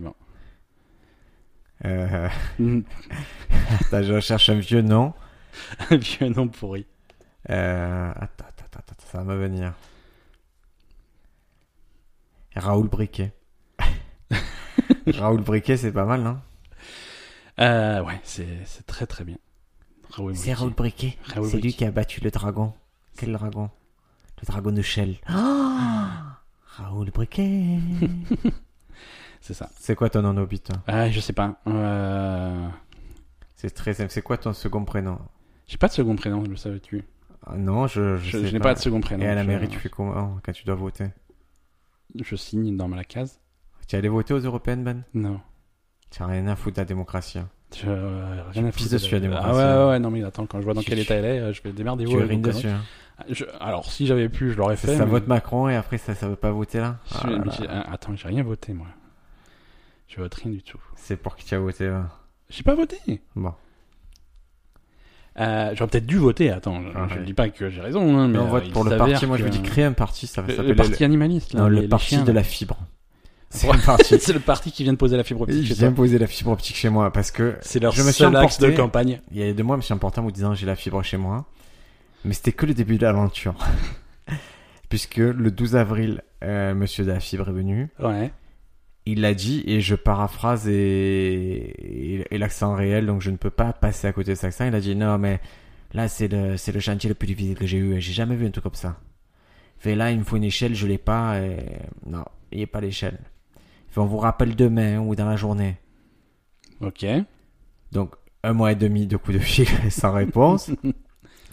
A: [laughs]
B: mens.
A: Euh, [laughs]
B: Mm.
A: attends, je recherche un vieux nom.
B: Un vieux nom pourri.
A: Euh, attends, attends, attends, attends, ça va me venir. Raoul
B: [laughs]
A: Briquet. Raoul Briquet, c'est pas mal, non
B: Euh, ouais, c'est c'est très très bien. Raoul
A: C'est
B: Wiki.
A: Raoul Briquet.
B: Raoul
A: C'est lui
B: Wiki.
A: qui a battu le dragon. Quel dragon Le dragon de
B: [gasps]
A: Shell.
B: Ah!
A: Raoul
B: [laughs]
A: Briquet.
B: C'est ça.
A: c'est quoi ton nom Hobbit toi
B: Ah, je sais pas. Euh...
A: C'est très simple. C'est quoi ton second prénom
B: J'ai pas de second prénom, je le savais-tu.
A: Ah Non, je, je,
B: Je,
A: sais
B: je n'ai pas de second prénom.
A: Et à la
B: Je-
A: mairie, tu fais comment quand tu dois voter
B: Je signe dans la case.
A: Tu es allé voter aux européennes, Ben
B: Non.
A: Tu as rien à foutre de la démocratie. hein.
B: Je, euh, rien à
A: pisses
B: foutre
A: dessus, la démocratie.
B: Ah ouais, ouais, ouais, non mais attends, quand je vois dans
A: Tu-
B: quel
A: tu-
B: état elle est, euh, je vais démerder. euh,
A: tu urines dessus. hein.
B: Alors si j'avais pu, je l'aurais fait.
A: Ça
B: mais-
A: vote Macron et après ça, ça veut pas voter là
B: Je-
A: Ah là
B: mais
A: là.
B: j'ai- ah, Attends, j'ai rien voté moi. Je vote rien du tout.
A: C'est pour qui tu as voté là
B: J'ai pas voté.
A: Bon.
B: Euh, J'aurais peut-être dû voter. Attends, je-
A: Ah
B: je
A: ouais.
B: ne dis pas que j'ai raison. hein, mais
A: on
B: euh,
A: vote
B: il
A: pour le
B: s'avère
A: parti. Moi, je
B: que-
A: vous dis créer un parti. Ça va
B: Le, le
A: s'appeler le-
B: parti animaliste. Là,
A: non,
B: les-
A: le
B: les
A: parti
B: chiens,
A: de
B: là.
A: la fibre. C'est [laughs]
B: Ouais,
A: un parti.
B: [laughs] C'est le parti qui vient de poser la fibre optique.
A: Ils
B: chez toi.
A: viennent poser la fibre optique chez moi parce que
B: C'est leur
A: Je me suis
B: seul axe de
A: emporté.
B: campagne.
A: il y a deux mois, je me suis emporté en me disant j'ai la fibre chez moi. Mais c'était que le début de l'aventure. [laughs] Puisque le 12 avril, euh, monsieur de la fibre est venu.
B: Ouais.
A: Il l'a dit et je paraphrase et, et- et l'accent réel, donc je ne peux pas passer à côté de cet accent. Il a dit non, mais là c'est le c'est le chantier le plus difficile que j'ai eu. hein. J'ai jamais vu un truc comme ça. Fait là, il me faut une échelle, je l'ai pas. Et... Non, il n'y a pas l'échelle. Fait, on vous rappelle demain ou dans la journée.
B: Ok.
A: Donc un mois et demi de coups de fil [laughs] sans réponse.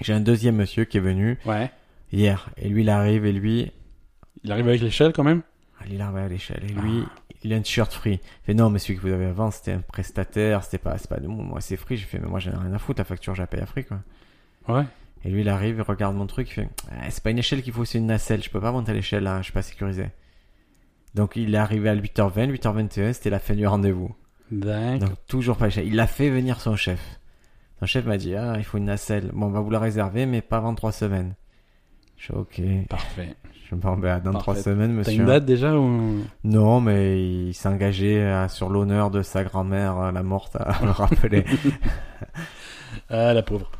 A: j'ai un deuxième monsieur qui est venu
B: Ouais.
A: hier et lui il arrive et lui
B: Il arrive avec l'échelle quand même.
A: Ah, Il arrive à l'échelle. Et lui, il a une t-shirt free. Il fait non, mais celui que vous avez avant, c'était un prestataire, c'était pas, c'est pas nous. Moi, c'est free. J'ai fait, mais moi, j'en ai rien à foutre. La facture, je la paye à free, quoi.
B: Ah. Ouais.
A: Et lui, il arrive, il regarde mon truc, il fait, Ah, c'est pas une échelle qu'il faut, c'est une nacelle. Je peux pas monter à l'échelle, là. Je suis pas sécurisé. Donc, il est arrivé à 8h20, 8h21, c'était la fin du rendez-vous.
B: D'accord.
A: Donc, toujours pas l'échelle. Il l'a fait venir son chef. Son chef m'a dit, ah, il faut une nacelle. Bon, on va vous la réserver, mais pas avant trois semaines. Je suis ok.
B: Parfait.
A: Je me dis, Bon, ben, dans trois
B: Parfait.
A: semaines,
B: T'as
A: monsieur.
B: une date déjà ou
A: Non, mais il s'est engagé euh, sur l'honneur de sa grand-mère, euh, la morte, à le
B: [laughs]
A: rappeler.
B: Ah la pauvre.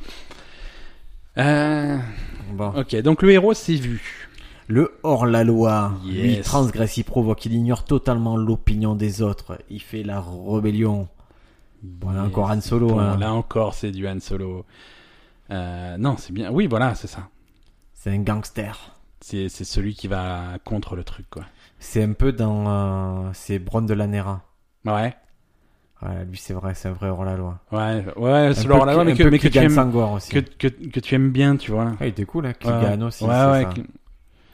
B: Euh,
A: Bon.
B: ok, donc le héros s'est vu.
A: Le hors-la-loi, lui, il
B: Yes.
A: transgresse, il provoque, il ignore totalement l'opinion des autres, il fait la rébellion. Bon, là,
B: Yes.
A: encore Han Solo,
B: Bon,
A: hein.
B: Là encore, c'est du Han Solo. Euh, non, c'est bien. Oui, voilà, c'est ça.
A: c'est un gangster.
B: C'est c'est celui qui va contre le truc, quoi.
A: C'est un peu dans... euh, c'est Bron de la Nera.
B: Ouais,
A: Ouais, lui, c'est vrai, c'est un vrai hors-la-loi.
B: ouais, ouais.
A: Un
B: C'est
A: peu
B: le loi
A: Ki-
B: mais,
A: un
B: que,
A: peu
B: mais que tu
A: Keegan
B: aimes,
A: Sangor aussi.
B: que, que, que tu aimes bien, tu vois.
A: Ah, il était cool, hein,
B: Ouais,
A: Keegan aussi.
B: ouais,
A: c'est
B: ouais,
A: ça.
B: Ki-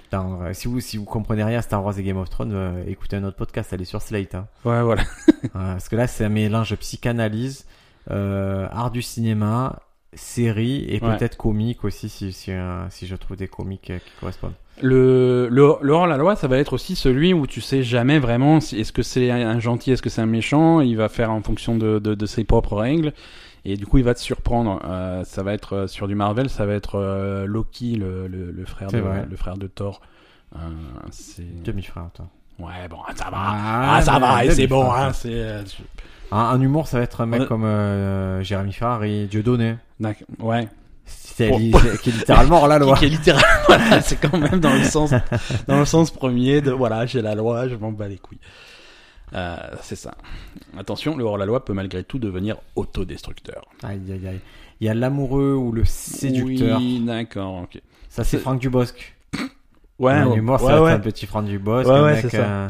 A: Dans, euh, si, vous, si vous comprenez rien à Star Wars et Game of Thrones, euh, écoutez un autre podcast, allez sur Slate. hein.
B: ouais, voilà.
A: Ouais, parce que là, c'est un mélange psychanalyse, euh, art du cinéma, série et
B: Ouais.
A: peut-être comique aussi si, si, euh, si je trouve des comiques euh, qui correspondent.
B: Le, le, le hors-la-loi, ça va être aussi celui où tu sais jamais vraiment si, est-ce que c'est un gentil, est-ce que c'est un méchant. Il va faire en fonction de, de, de ses propres règles. Et du coup, il va te surprendre. Euh, ça va être euh, sur du Marvel, ça va être euh, Loki, le, le, le frère
A: C'est
B: de,
A: vrai.
B: le frère de Thor. Euh, c'est...
A: Demi-frère, toi.
B: Ouais, bon, ça va. Ah, ça
A: mais
B: va, et c'est
A: demi-frère,
B: bon.
A: toi.
B: Hein, c'est... euh, je-
A: En, en humour, ça va être un mec
B: On a-
A: comme euh, Jérémy Farr et Dieudonné.
B: D'accord, ouais.
A: C'est
B: Pour-
A: li- c'est- qui est
B: [laughs]
A: littéralement hors la loi.
B: Qui, qui est littéral- voilà, [laughs] c'est quand même dans
A: [laughs]
B: le sens, dans le sens premier de voilà, j'ai la loi, je m'en bats les couilles. Euh, c'est ça. Attention, le hors-la-loi peut malgré tout devenir autodestructeur.
A: Aïe, aïe, aïe. Il y a l'amoureux ou le séducteur.
B: Oui, d'accord, ok.
A: Ça, c'est
B: C'est-
A: Franck Dubosc.
B: Ouais,
A: en
B: ouais,
A: humour, ça
B: ouais,
A: va
B: ouais.
A: être un petit Franck Dubosc.
B: Ouais,
A: un
B: ouais,
A: mec,
B: c'est ça.
A: euh,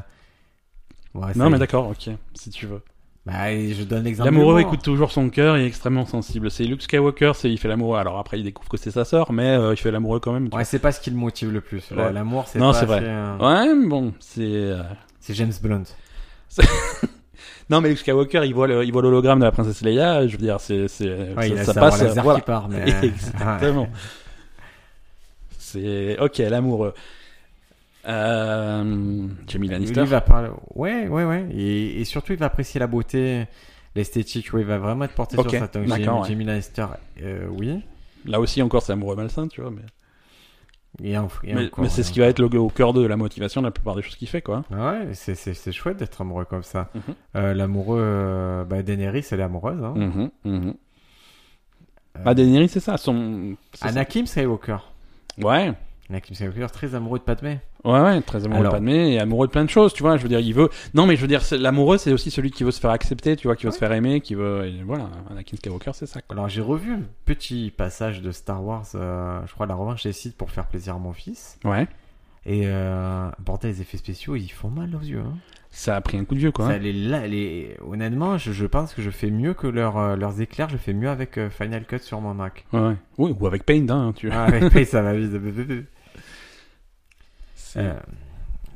A: ouais, ça
B: Non,
A: y
B: mais
A: est.
B: d'accord, ok, si tu veux.
A: Bah, et je donne l'exemple.
B: L'amoureux
A: d'humour.
B: écoute toujours son cœur, il est extrêmement sensible. C'est Luke Skywalker, c'est il fait l'amoureux. Alors après, il découvre que c'est sa sœur, mais euh, il fait l'amoureux quand même. tu
A: Ouais, c'est pas ce qui le motive le plus.
B: Ouais.
A: L'amour, c'est
B: Non,
A: pas
B: c'est vrai.
A: fait, euh,
B: vois. Ouais, mais bon, c'est. euh,
A: C'est James Blunt.
B: Non, mais Luke Skywalker, il voit le- il voit l'hologramme de la princesse Leia. Je veux dire, c'est, c'est,
A: Ouais,
B: ça,
A: il a
B: ça
A: sa
B: passe.
A: laser
B: voilà.
A: qui part,
B: [laughs]
A: mais...
B: Exactement. C'est ok, l'amoureux. Euh,
A: Bah,
B: Jamie Lannister.
A: Lui, il va parler. Ouais, ouais, ouais. Et, et surtout, il va apprécier la beauté, l'esthétique. Oui, il va vraiment être porté
B: Ok,
A: sur ça. Donc,
B: d'accord,
A: Jamie,
B: ouais.
A: Jamie Lannister, euh, oui.
B: Là aussi, encore, c'est amoureux malsain, tu vois. Mais,
A: Et en- et
B: mais,
A: encore, euh,
B: mais c'est
A: ouais.
B: ce qui va être le, au cœur de la motivation de la plupart des choses qu'il fait, quoi.
A: Ah Ouais, c'est- c'est c'est chouette d'être amoureux comme ça.
B: Mhm.
A: Euh, L'amoureux, euh, bah, Daenerys, elle est amoureuse. Hein.
B: Mhm, mhm.
A: Euh,
B: Bah, Daenerys, c'est ça. Son... c'est ça.
A: Anakin Skywalker.
B: Ouais.
A: Anakin Skywalker, très amoureux de Padmé.
B: Ouais, ouais, très amoureux
A: Alors-
B: de Padmé et amoureux de plein de choses, tu vois. Je veux dire, il veut. Non, mais je veux dire, c'est- l'amoureux, c'est aussi celui qui veut se faire accepter, tu vois, qui veut se faire aimer, qui veut. et voilà, Anakin Skywalker, c'est ça, quoi.
A: Alors j'ai revu un petit passage de Star Wars, euh, je crois la revanche des Sith pour faire plaisir à mon fils.
B: Ouais.
A: Et euh, bordel, les effets spéciaux, ils font mal aux yeux. Hein.
B: Ça a pris un coup de vieux, quoi. hein.
A: Ça, les- là, les- Honnêtement, je, je pense que je fais mieux que leurs, euh, leurs éclairs, je fais mieux avec euh, Final Cut sur mon Mac.
B: Ouais, ouais. Oui, ou avec Paint, hein,
A: [laughs]
B: tu vois.
A: Ah, mais- mais ça va vite.
B: C'est-
A: Euh,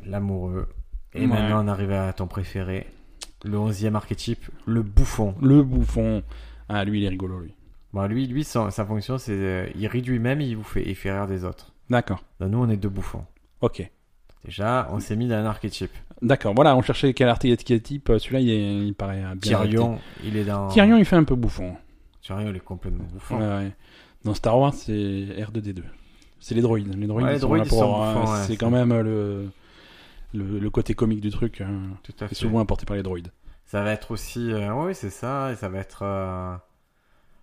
A: L'amoureux. Et
B: Ouais.
A: maintenant, on arrive à ton préféré. Le onzième archétype, le bouffon.
B: Le bouffon. Ah, lui, il est rigolo, lui.
A: Bon, lui, lui son- sa fonction, c'est euh, il rit de lui-même et il vous fait, il fait rire des autres.
B: D'accord.
A: Donc, nous, on est deux bouffons.
B: Ok.
A: Déjà, on s'est mis dans un archétype. Tyrion,
B: D'accord. Voilà, on cherchait quel archétype. type. euh, Celui-là, il, est- il paraît euh, bien. adapté.
A: il est dans.
B: Tyrion, il fait un peu bouffon.
A: Tyrion, il est complètement bouffon.
B: Ouais, ouais. Dans Star Wars, c'est R2D2. C'est les droïdes. Les droïdes,
A: Ouais, les
B: ils sont
A: droïdes,
B: là
A: ils
B: pour,
A: sont
B: euh,
A: bouffants, ouais,
B: c'est
A: c'est-
B: quand même euh, le, le, le côté comique du truc. hein,
A: Tout à fait.
B: qui est souvent apporté par les droïdes.
A: Ça va être aussi. euh, oui, c'est ça. Et ça va être. euh,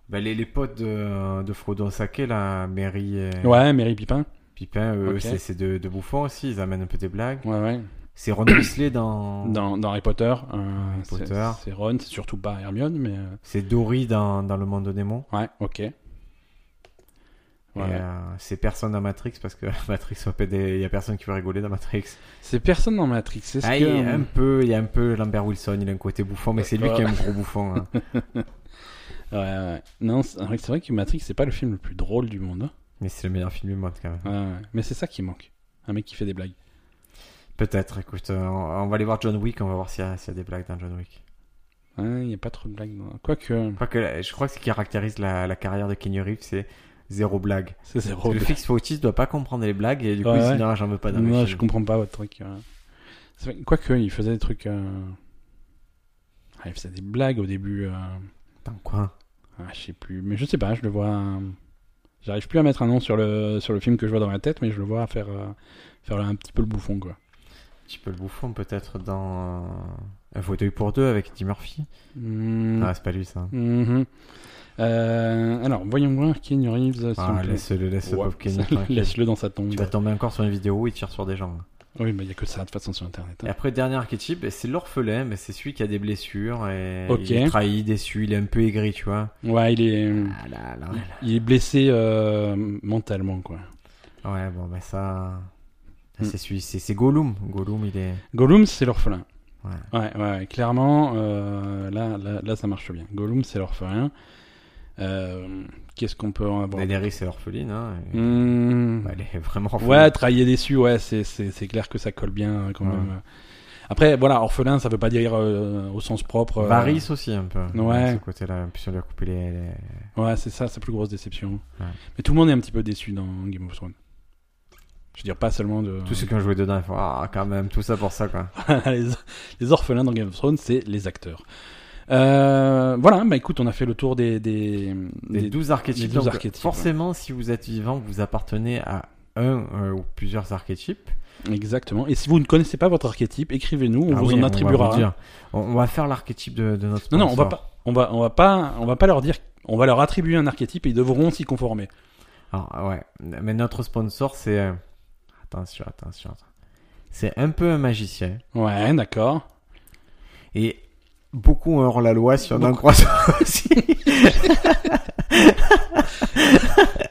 A: bah, les, les potes de, de Frodo Sake, là, Mary et
B: Ouais, Mary Pipin.
A: Pipin, eux,
B: Ok.
A: c'est- c'est de, de bouffons aussi. Ils amènent un peu des blagues.
B: Ouais, ouais.
A: C'est Ron Weasley [coughs] dans.
B: Dans, dans Harry Potter, euh,
A: Oh. Harry
B: c'est-
A: Potter.
B: c'est Ron, c'est surtout pas Hermione, mais euh,
A: C'est Dory dans, dans Le Monde de Nemo.
B: ouais, ok.
A: Et,
B: Voilà.
A: euh, c'est personne dans Matrix parce que [laughs] Matrix, il y a personne qui veut rigoler dans Matrix.
B: C'est personne dans Matrix. Est-ce
A: Ah,
B: que euh,
A: il, est un peu, il y a un peu Lambert Wilson, il a un côté bouffon, mais c'est lui qui est un
B: [laughs]
A: gros bouffon. hein.
B: euh, Ouais, ouais. Non, c'est c'est vrai que Matrix, c'est pas le film le plus drôle du monde.
A: Mais c'est le meilleur film du monde quand même.
B: Ouais, ouais. Mais c'est ça qui manque. Un mec qui fait des blagues.
A: Peut-être, écoute, euh, on, on va aller voir John Wick, on va voir s'il y, a- s'il y a des blagues dans John Wick.
B: Il n'y a pas trop de blagues. dans- Quoique,
A: Je crois que, la- je crois que ce qui caractérise la, la carrière de Kenny Reeves, c'est zéro blague.
B: c'est
A: Parce
B: zéro.
A: que le fixe autiste doit pas comprendre les blagues et du coup,
B: Ouais,
A: il se
B: ouais.
A: dit non, j'en veux pas dans mes
B: Moi, je
A: films.
B: comprends pas votre truc. euh. C'est vrai- Quoique, il faisait des trucs. euh, ah, il faisait des blagues au début. euh,
A: Dans quoi
B: ah, je sais plus. Mais je sais pas, je le vois. euh, J'arrive plus à mettre un nom sur le, sur le film que je vois dans ma tête, mais je le vois faire, euh, faire un petit peu le bouffon, quoi.
A: Un petit peu le bouffon, peut-être dans euh, Un fauteuil pour deux avec Eddie Murphy.
B: Hmm.
A: Ah, c'est pas lui ça.
B: Mhm. Euh, alors, voyons voir Keanu Reeves. s'il vous
A: Ah,
B: plaît.
A: laisse-le, laisse le
B: Ouais,
A: pauvre Kenny.
B: [laughs] ça,
A: tranquille.
B: Laisse-le dans sa tombe.
A: Tu vas tomber encore sur une vidéo où il tire sur des gens.
B: Oui, mais il n'y a que ça de toute façon sur Internet.
A: Et
B: hein.
A: après, dernier archétype, ben, c'est l'orphelin, mais c'est celui qui a des blessures et
B: Ok.
A: il est trahi, déçu, il est un peu aigri, tu vois.
B: Ouais, il est,
A: Ah là là.
B: il est blessé euh, mentalement, quoi.
A: Ouais, bon, ben ça. ça,
B: Mm.
A: C'est celui, c'est c'est Gollum. Gollum, il est.
B: Gollum, c'est l'orphelin.
A: Ouais.
B: Ouais, ouais, ouais, clairement, euh, là, là, là, ça marche bien. Gollum, c'est l'orphelin. Euh, Qu'est-ce qu'on peut en avoir
A: Daenerys, c'est l'orpheline, hein. et-
B: Hmm.
A: bah, elle est vraiment orpheline.
B: Ouais, trahir déçu, ouais, c'est- c'est c'est clair que ça colle bien hein, quand
A: Ouais.
B: même. Après, voilà, orphelin, ça veut pas dire euh, au sens propre. euh,
A: Varys aussi, un peu.
B: Ouais. Mm.
A: De ce côté-là, en plus, on lui a coupé les. les-
B: Ouais, c'est ça, sa plus grosse déception.
A: Ouais.
B: Mais tout le monde est un petit peu déçu dans Game of Thrones. Je veux dire, pas seulement de.
A: Tous ceux qui ont joué dedans, ils font Ah, quand même, tout ça pour ça, quoi.
B: Ah, [laughs] les, les orphelins dans Game of Thrones, c'est les acteurs. Euh, voilà, bah écoute, on a fait le tour des. des,
A: Les
B: des-
A: 12 archétypes.
B: les douze
A: donc,
B: archétypes,
A: Forcément, si vous êtes vivant, vous appartenez à un euh, ou plusieurs archétypes.
B: Exactement. Et si vous ne connaissez pas votre archétype, écrivez-nous, on
A: Ah
B: vous
A: oui,
B: en
A: va
B: attribuera.
A: vous
B: un.
A: dire. On, on va faire l'archétype de, de notre.
B: Non, non, on va
A: sponsor.
B: pas, on va, on va pas, on va pas leur dire, on va leur attribuer un archétype et ils devront s'y conformer.
A: Alors, ah ouais, mais notre sponsor, c'est. euh, Attention, attention. attention. C'est un peu un magicien.
B: Ouais, d'accord.
A: Et beaucoup hors la loi si on en
B: Beaucoup.
A: croit ça aussi.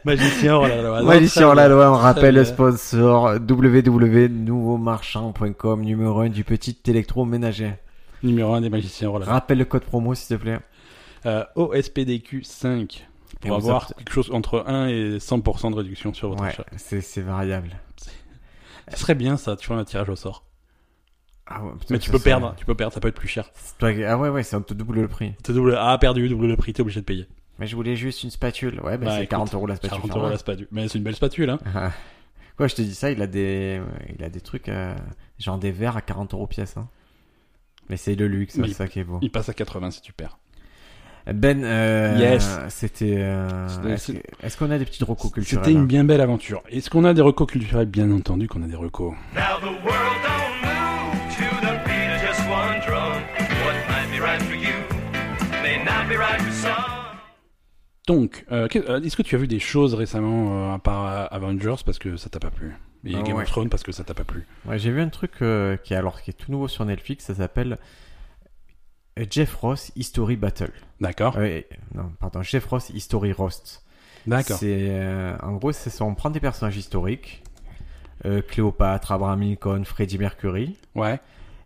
B: Magicien, oh là là, ouais, non,
A: [laughs] Magicien
B: très
A: hors la
B: bien.
A: loi, on rappelle le
B: bien.
A: sponsor www.nouveaumarchand.com, numéro 1 du petit électroménager.
B: Numéro 1 des magiciens, oh là là.
A: Rappelle le code promo, s'il te plaît.
B: Euh, OSPDQ
A: Ah.
B: 5
A: Et
B: pour
A: vous
B: avoir
A: opt-
B: quelque chose entre 1 et 100% de réduction sur votre
A: Ouais,
B: achat.
A: c'est c'est variable.
B: Ce serait bien ça, tu vois, un tirage au sort.
A: Ah ouais, putain,
B: Mais tu
A: ça
B: peux
A: serait-
B: perdre, tu peux perdre, ça peut être plus cher.
A: C'est toi qui- Ah ouais, ouais, c'est on te double le prix.
B: T'es double, ah, perdu, double le prix, t'es obligé de payer.
A: Mais je voulais juste une spatule. Ouais, bah,
B: Bah,
A: c'est
B: écoute,
A: 40 euros la spatule.
B: 40
A: quand
B: euros
A: même.
B: la spatule. Mais c'est une belle spatule, hein.
A: Quoi, je te dis ça, il a des, il a des trucs, euh, genre des verres à 40 euros pièce. hein. Mais c'est le luxe,
B: Mais
A: c'est ça qui est beau.
B: Il passe à 80 si tu perds.
A: Ben, euh,
B: Yes.
A: c'était. euh,
B: C'était-
A: Est-ce que- est-ce qu'on a des petites recos culturelles
B: C'était une
A: hein
B: bien belle aventure. Est-ce qu'on a des recos culturels Bien entendu qu'on a des recos.
C: Now the world don't move to the beat of just one drum. What might be right for you may not be right for some.
B: Donc, euh, que- euh, est-ce que tu as vu des choses récemment euh, à part euh, Avengers parce que ça t'a pas plu Et
A: Ah,
B: Game
A: ouais.
B: of Thrones parce que ça t'a pas plu
A: Ouais, j'ai vu un truc euh, qui est alors qui est tout nouveau sur Netflix. Ça s'appelle euh, Jeff Ross History Battle.
B: D'accord
A: Euh, non, pardon, Jeff Ross History Roast.
B: D'accord.
A: C'est euh, en gros, c'est ça, on prend des personnages historiques, euh, Cléopâtre, Abraham Lincoln, Freddie Mercury,
B: Ouais.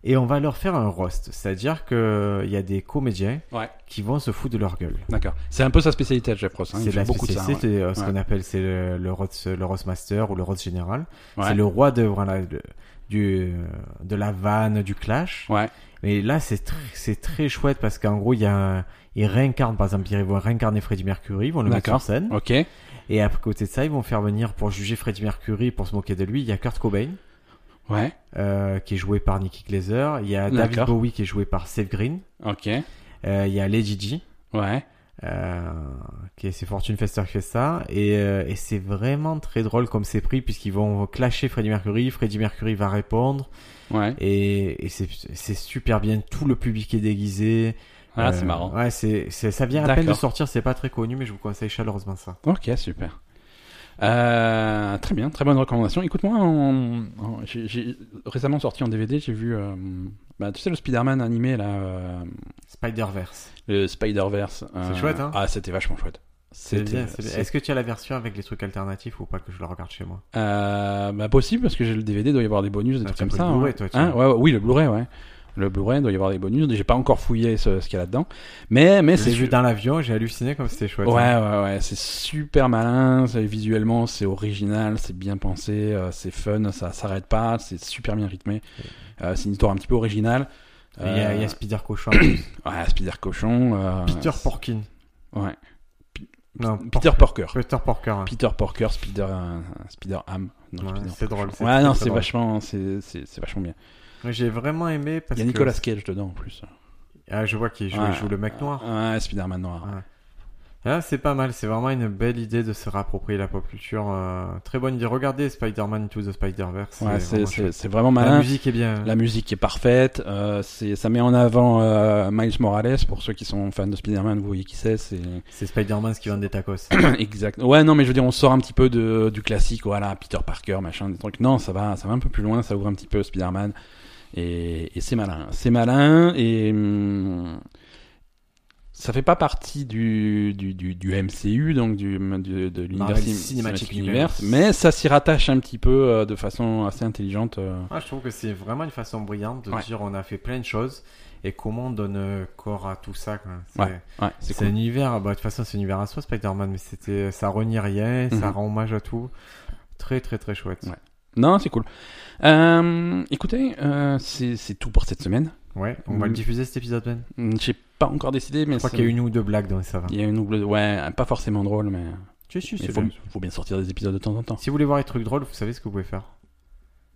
A: et on va leur faire un roast, c'est-à-dire que il y a des comédiens
B: Ouais.
A: qui vont se foutre de leur gueule.
B: D'accord. C'est un peu sa spécialité à Jeff Ross. hein. Il
A: c'est
B: fait
A: la
B: beaucoup de ça.
A: spécialité,
B: ouais.
A: c'est, euh, ce qu'on appelle c'est le, le roast, le roastmaster ou le roast général.
B: Ouais.
A: C'est le roi de voilà de, du euh, de la vanne, du clash.
B: hein, Ouais.
A: Mais là, c'est tr- c'est très chouette parce qu'en gros, il y a un- ils réincarnent par exemple, ils vont réincarner Freddie Mercury, ils vont le mettre sur
B: D'accord.
A: scène.
B: Ok.
A: Et à côté de ça, ils vont faire venir pour juger Freddie Mercury, pour se moquer de lui, il y a Kurt Cobain,
B: Ouais.
A: euh, qui est joué par Nicky Glazer, il y a David
B: D'accord.
A: Bowie qui est joué par Seth Green,
B: Ok.
A: euh, il y a Lady G,
B: Ouais.
A: euh, qui est c'est Fortune Fester qui fait ça, et, euh, et c'est vraiment très drôle comme c'est pris, puisqu'ils vont clasher Freddie Mercury, Freddie Mercury va répondre,
B: Ouais.
A: et, et c'est c'est super bien, tout le public est déguisé.
B: Ah,
A: Euh,
B: c'est marrant.
A: Ouais, c'est c'est- ça vient à peine de
B: D'accord.
A: sortir, c'est pas très connu, mais je vous conseille chaleureusement ça.
B: Ok, super. Euh, très bien, très bonne recommandation. Écoute-moi, en- en- j'ai- j'ai récemment sorti en DVD, j'ai vu, euh, bah, tu sais, le Spider-Man animé, là, euh,
A: Spider-Verse.
B: le Spider-Verse. euh,
A: chouette, hein
B: Ah, c'était vachement chouette.
A: C'est
B: C'était
A: bien, c'est bien.
B: c'est-
A: Est-ce que tu as la version avec les trucs alternatifs ou pas que je la regarde chez moi
B: Euh, bah, possible, parce que j'ai le DVD, doit y avoir des bonus, des
A: Ah,
B: trucs
A: t'as
B: comme
A: pris
B: ça.
A: le Blu-ray,
B: hein.
A: toi, tu
B: Hein,
A: vois.
B: ouais, ouais, oui, le Blu-ray, ouais. Le Blu-ray, doit y avoir des bonus. J'ai pas encore fouillé ce, ce qu'il y a là-dedans. Mais, mais
A: J'ai
B: c'est
A: vu dans l'avion, j'ai halluciné comme c'était chouette.
B: Ouais,
A: hein.
B: ouais, ouais, c'est super malin, c'est- visuellement c'est original, c'est bien pensé, euh, c'est fun, ça s'arrête pas, c'est super bien rythmé. Euh, c'est une histoire un petit peu originale.
A: Et Il y, a-
B: Euh,
A: il y a Spider
B: [coughs]
A: Cochon, en plus.
B: ouais, Spider Cochon. euh,
A: Peter
B: c'est-
A: Porkin.
B: Ouais.
A: Non,
B: Peter
A: Por-
B: Porker.
A: Peter Porker. hein.
B: Peter Porker, Spider, euh, Spider Ham. Non,
A: Ouais,
B: Spider
A: c'est
B: Cochon.
A: drôle, c'est
B: Ouais, non,
A: très
B: c'est
A: drôle.
B: vachement, c'est c'est- c'est vachement bien.
A: Ouais, J'ai vraiment aimé parce
B: Il y a
A: que-
B: Nicolas Cage dedans en plus.
A: Ah, je vois qu'il joue, il
B: Ouais.
A: joue le mec noir.
B: Ouais, Spider-Man noir.
A: Ouais. Ah, c'est pas mal, c'est vraiment une belle idée de se réapproprier la pop culture. euh, Très bonne idée. Regardez Spider-Man to the Spider-Verse.
B: Ouais, c'est-
A: vraiment
B: c'est
A: chouette. Ah
B: c'est vraiment
A: La
B: malin.
A: musique est bien.
B: La musique est parfaite, euh, c'est- ça met en avant euh, Miles Morales, pour ceux qui sont fans de Spider-Man, vous voyez qui c'est, c'est... [coughs]
A: C'est Spider-Man qui vend des tacos.
B: exact. Ouais, non, mais je veux dire, on sort un petit peu de, du classique, voilà, Peter Parker, machin, des trucs. Non, ça va, ça va un peu plus loin, ça ouvre un petit peu Spider-Man, et, et c'est malin. C'est malin, et... hum, ça fait pas partie du, du, du, du MCU, donc du, du- de l'univers
A: Marvel
B: cin-
A: Cinematic
B: cinématique
A: Universe.
B: mais ça s'y rattache un petit peu euh, de façon assez intelligente. euh,
A: Ah, je trouve que c'est vraiment une façon brillante de
B: Ouais.
A: dire on a fait plein de choses et comment on donne euh, corps à tout ça. quoi. C'est-
B: ouais, c'est
A: C'est
B: cool.
A: un univers, bah, de toute façon c'est un univers à soi Spider-Man, mais c'était, ça renie rien, ça
B: Mhm.
A: rend hommage à tout. Très très très chouette.
B: Ouais. Non, c'est cool. Euh, écoutez, euh, c'est c'est tout pour cette semaine.
A: Ouais, on va
B: Mm.
A: le diffuser cet épisode Ben.
B: Hmm, J'ai pas encore décidé, mais
A: Je crois
B: ça-
A: qu'il y a une ou deux blagues donc ça va.
B: Il y a une double. Ouais, pas forcément drôle, mais
A: Si, si,
B: il
A: c'est
B: faut,
A: bien.
B: faut bien sortir des épisodes de temps en temps.
A: Si vous voulez voir les trucs drôles, vous savez ce que vous pouvez faire.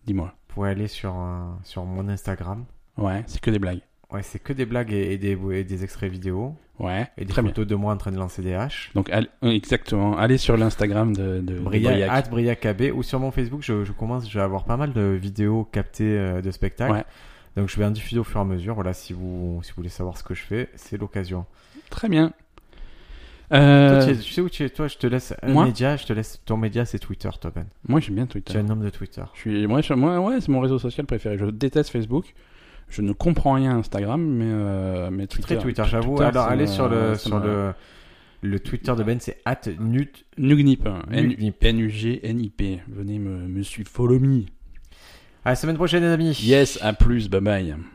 B: Dis-moi.
A: Vous pouvez aller sur, un- sur mon Instagram.
B: Ouais, c'est que des blagues.
A: Ouais, c'est que des blagues et, et des, et des extraits vidéo
B: Ouais,
A: et des
B: très bien.
A: photos de moi en train de lancer des haches.
B: Donc, allez- euh, exactement. Allez sur l'Instagram de, de de
A: Briac, Ah,
B: Briac.
A: at Briac AB, ou sur mon Facebook, je, je commence, je vais avoir pas mal de vidéos captées euh, de spectacles.
B: Ouais.
A: Donc je vais en diffuser au fur et à mesure. Voilà, si vous, si vous voulez savoir ce que je fais, c'est l'occasion.
B: Très bien. Euh,
A: Toi, tu, es- tu sais où tu es Toi, je te laisse un
B: moi Euh.
A: média, je te laisse ton média, c'est Twitter, toi, Ben.
B: moi, j'aime bien
A: Tu as
B: Twitter.
A: un homme de Twitter.
B: Je suis, moi, je- moi, ouais, c'est mon réseau social préféré. Je déteste Facebook. Je ne comprends rien à Instagram, mais, euh, mais Twitter.
A: Très Twitter, j'avoue.
B: Twitter,
A: Alors
B: ça
A: allez
B: me-
A: sur le,
B: ça
A: sur
B: me-
A: le, le Twitter de Ben, c'est at nut.
B: Nugnip. hein.
A: Nugnip.
B: N- N-U-G-N-I-P. Venez me, me suivre. Follow me.
A: À la semaine prochaine, les amis.
B: Yes, à plus. Bye bye.